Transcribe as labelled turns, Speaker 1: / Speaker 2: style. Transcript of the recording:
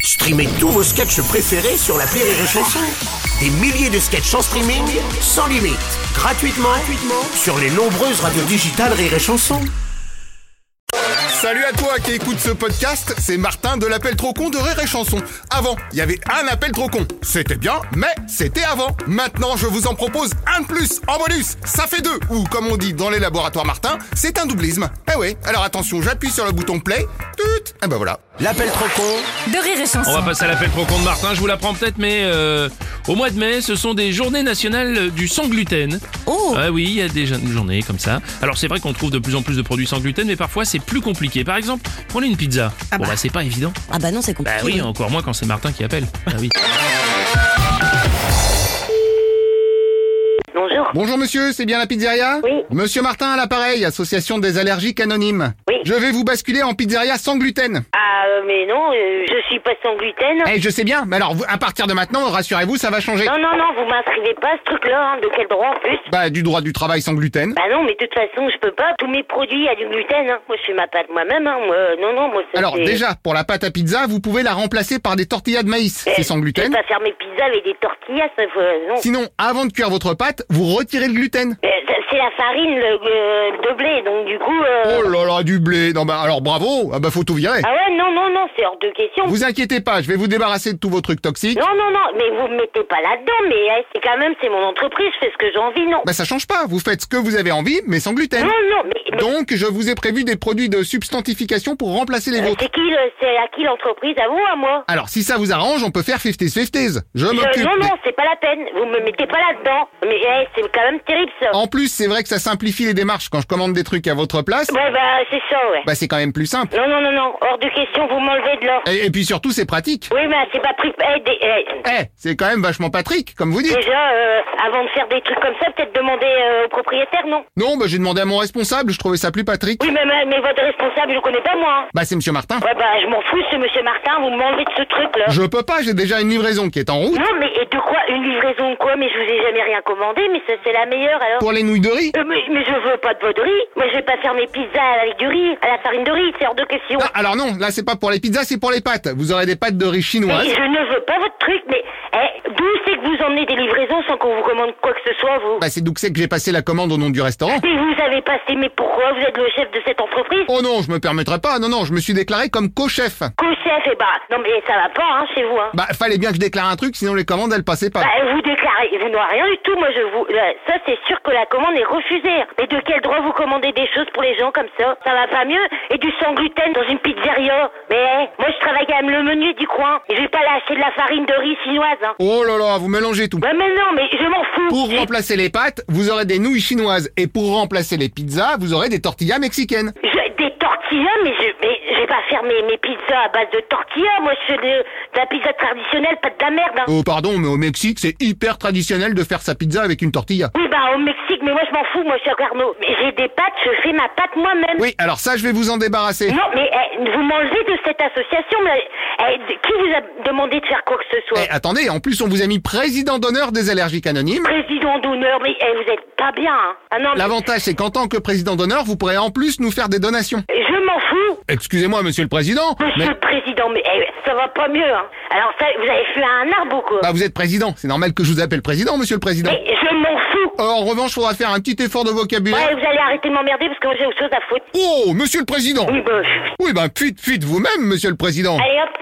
Speaker 1: Streamez tous vos sketchs préférés sur la Rire et Chanson. Des milliers de sketchs en streaming, sans limite, gratuitement, gratuitement sur les nombreuses radios digitales Rire et Chanson.
Speaker 2: Salut à toi qui écoute ce podcast, c'est Martin de l'appel trop con de Rire et Chanson. Avant, il y avait un appel trop con. C'était bien, mais c'était avant. Maintenant, je vous en propose un de plus en bonus. Ça fait deux, ou comme on dit dans les laboratoires Martin, c'est un doublisme. Eh ouais, alors attention, j'appuie sur le bouton play. Tut Et ben voilà.
Speaker 1: L'appel trop con
Speaker 3: de rire et
Speaker 4: On va
Speaker 3: chanson.
Speaker 4: passer à l'appel pro compte Martin, je vous l'apprends peut-être, mais euh, au mois de mai, ce sont des journées nationales du sans gluten.
Speaker 3: Oh
Speaker 4: Ah oui, il y a des jo- journées comme ça. Alors c'est vrai qu'on trouve de plus en plus de produits sans gluten, mais parfois c'est plus compliqué. Par exemple, prenez une pizza.
Speaker 3: Ah
Speaker 4: bon
Speaker 3: bah.
Speaker 4: bah c'est pas évident.
Speaker 3: Ah bah non, c'est
Speaker 4: Bah
Speaker 3: compliqué.
Speaker 4: oui, encore moins quand c'est Martin qui appelle. Ah oui.
Speaker 5: Bonjour.
Speaker 2: Bonjour monsieur, c'est bien la pizzeria
Speaker 5: Oui.
Speaker 2: Monsieur Martin à l'appareil, association des allergiques anonymes.
Speaker 5: Oui.
Speaker 2: Je vais vous basculer en pizzeria sans gluten.
Speaker 5: Ah, euh, mais non, euh, je suis pas sans gluten.
Speaker 2: Eh, je sais bien, mais alors vous- à partir de maintenant, rassurez-vous, ça va changer.
Speaker 5: Non, non, non, vous m'inscrivez pas à ce truc-là, hein, de quel droit en plus
Speaker 2: Bah, du droit du travail sans gluten.
Speaker 5: Bah non, mais de toute façon, je peux pas. Tous mes produits, il y a du gluten. Hein. Moi, je suis ma pâte moi-même. Hein. Moi, euh, non, non, moi, c'est...
Speaker 2: Alors
Speaker 5: c'est-
Speaker 2: déjà, pour la pâte à pizza, vous pouvez la remplacer par des tortillas de maïs,
Speaker 5: Eh,
Speaker 2: c'est sans
Speaker 5: Je
Speaker 2: gluten.
Speaker 5: vais pas faire mes pizzas avec des tortillas, ça, faut- euh, non.
Speaker 2: Sinon, avant de cuire votre pâte, vous retirez le gluten.
Speaker 5: Eh, ça- C'est la farine le, euh, de blé, donc du coup... euh,
Speaker 2: Oh là là, du blé Non bah alors bravo, ah bah faut tout virer.
Speaker 5: Ah ouais, non, non, non, c'est hors de question.
Speaker 2: Vous inquiétez pas, je vais vous débarrasser de tous vos trucs toxiques.
Speaker 5: Non, non, non, mais vous me mettez pas là-dedans, mais eh, c'est quand même, c'est mon entreprise, je fais ce que j'ai envie, non.
Speaker 2: Bah ça change pas, vous faites ce que vous avez envie, mais sans gluten.
Speaker 5: non, non, mais... mais-
Speaker 2: Donc, je vous ai prévu des produits de substantification pour remplacer les
Speaker 5: euh,
Speaker 2: vôtres.
Speaker 5: c'est qui le, c'est à qui l'entreprise À vous, à moi
Speaker 2: Alors, si ça vous arrange, on peut faire 50-50s. Je
Speaker 5: Je-
Speaker 2: m'occupe.
Speaker 5: non,
Speaker 2: des-
Speaker 5: non, c'est pas la peine. Vous me mettez pas là-dedans. Mais eh, c'est quand même terrible, ça.
Speaker 2: En plus, c'est vrai que ça simplifie les démarches quand je commande des trucs à votre place.
Speaker 5: Ouais, bah, c'est ça, ouais.
Speaker 2: Bah, c'est quand même plus simple.
Speaker 5: Non, non, non, non. Hors de question, vous m'enlevez de l'or.
Speaker 2: Et, et puis surtout, c'est pratique.
Speaker 5: Oui, mais c'est pas pris. eh, des- eh,
Speaker 2: Eh, c'est quand même vachement Patrick, comme vous dites.
Speaker 5: Déjà, euh, avant de faire des trucs comme ça, peut-être demander euh, au propriétaire, non
Speaker 2: Non, bah, j'ai demandé à mon responsable, je trouvais ça plus Patrick.
Speaker 5: Oui, mais, mais, mais votre responsable, je le connais pas, moi. hein.
Speaker 2: Bah, c'est Monsieur Martin.
Speaker 5: Ouais, bah, je m'en fous, ce monsieur Martin, vous m'enlevez de ce truc-là.
Speaker 2: Je peux pas, j'ai déjà une livraison qui est en route.
Speaker 5: Non, mais et de quoi Une livraison de quoi Mais je vous ai jamais rien commandé, mais ça, c'est la meilleure, alors.
Speaker 2: Pour les nouilles de riz.
Speaker 5: Euh, mais, mais je veux pas de votre riz. Moi, je vais pas faire mes pizzas avec du riz, à la farine de riz, c'est hors de question.
Speaker 2: Ah, alors non, là, c'est pas pour les pizzas, c'est pour les pâtes. Vous aurez des pâtes de riz
Speaker 5: Mais
Speaker 2: chinoises.
Speaker 5: je ne veux pas votre truc, mais eh, d'où c'est que vous emmenez des livraisons sans qu'on vous commande quoi que ce soit, vous
Speaker 2: Bah, c'est d'où que c'est que j'ai passé la commande au nom du restaurant.
Speaker 5: Mais vous avez passé, mais pourquoi vous êtes le chef de cette entreprise
Speaker 2: Oh non, je me permettrai pas. Non, non, je me suis déclaré comme co-chef.
Speaker 5: Co-chef, et bah, non mais ça va pas, hein, chez vous, hein.
Speaker 2: Bah, fallait bien que je déclare un truc, sinon les commandes, elles passaient pas.
Speaker 5: Bah, vous déclarez, vous n'aurez rien du tout, moi je vous... là, ça c'est sûr que la commande est refusée. Mais de quel droit vous commandez des choses pour les gens comme ça Ça va pas mieux Et du sans gluten dans une pizzeria Mais eh, moi je travaille quand même le menu du coin, et je vais pas lâcher de la farine de riz chinoise, hein.
Speaker 2: Oh là là, vous mélangez tout.
Speaker 5: Ouais, mais non, mais je m'en fous
Speaker 2: Pour
Speaker 5: J'ai-
Speaker 2: remplacer les pâtes, vous aurez des nouilles chinoises. Et pour remplacer les pizzas, vous aurez des tortillas mexicaines.
Speaker 5: Je, des tortillas, mais je, mais je vais pas faire mes, mes pizzas à base de tortillas. Moi, je fais de, de la pizza traditionnelle, pas de la merde. hein.
Speaker 2: Oh pardon, mais au Mexique, c'est hyper traditionnel de faire sa pizza avec une tortilla.
Speaker 5: Oui, bah, au Mexique, mais moi, je m'en fous, moi, cher Arnaud. Mais j'ai des pâtes, je fais ma pâte moi-même.
Speaker 2: Oui, alors ça, je vais vous en débarrasser.
Speaker 5: Non, mais eh, vous m'enlevez de cette association. Mais, eh, de- qui vous a demandé de faire quoi que ce soit
Speaker 2: Eh, attendez, en plus, on vous a mis président d'honneur des allergiques anonymes.
Speaker 5: Président d'honneur, mais eh, vous êtes pas bien. hein. Ah non, mais
Speaker 2: L'avantage, c'est qu'en tant que président d'honneur, vous pourrez en plus nous faire des donations.
Speaker 5: je m'en fous.
Speaker 2: Excusez-moi, monsieur le président,
Speaker 5: Monsieur
Speaker 2: mais...
Speaker 5: le Président, mais eh, ça va pas mieux. hein. Alors, ça, vous avez fait un arbre ou quoi
Speaker 2: Bah, vous êtes président. C'est normal que je vous appelle président, monsieur le président.
Speaker 5: Mais je m'en fous.
Speaker 2: Euh, en revanche, faudra faire un petit effort de vocabulaire.
Speaker 5: Ouais, vous allez arrêter de m'emmerder parce que moi, j'ai autre chose à foutre.
Speaker 2: Oh, monsieur le président
Speaker 5: Oui, bah,
Speaker 2: Oui, ben, fuite, fuite vous-même, monsieur le président
Speaker 5: Allez hop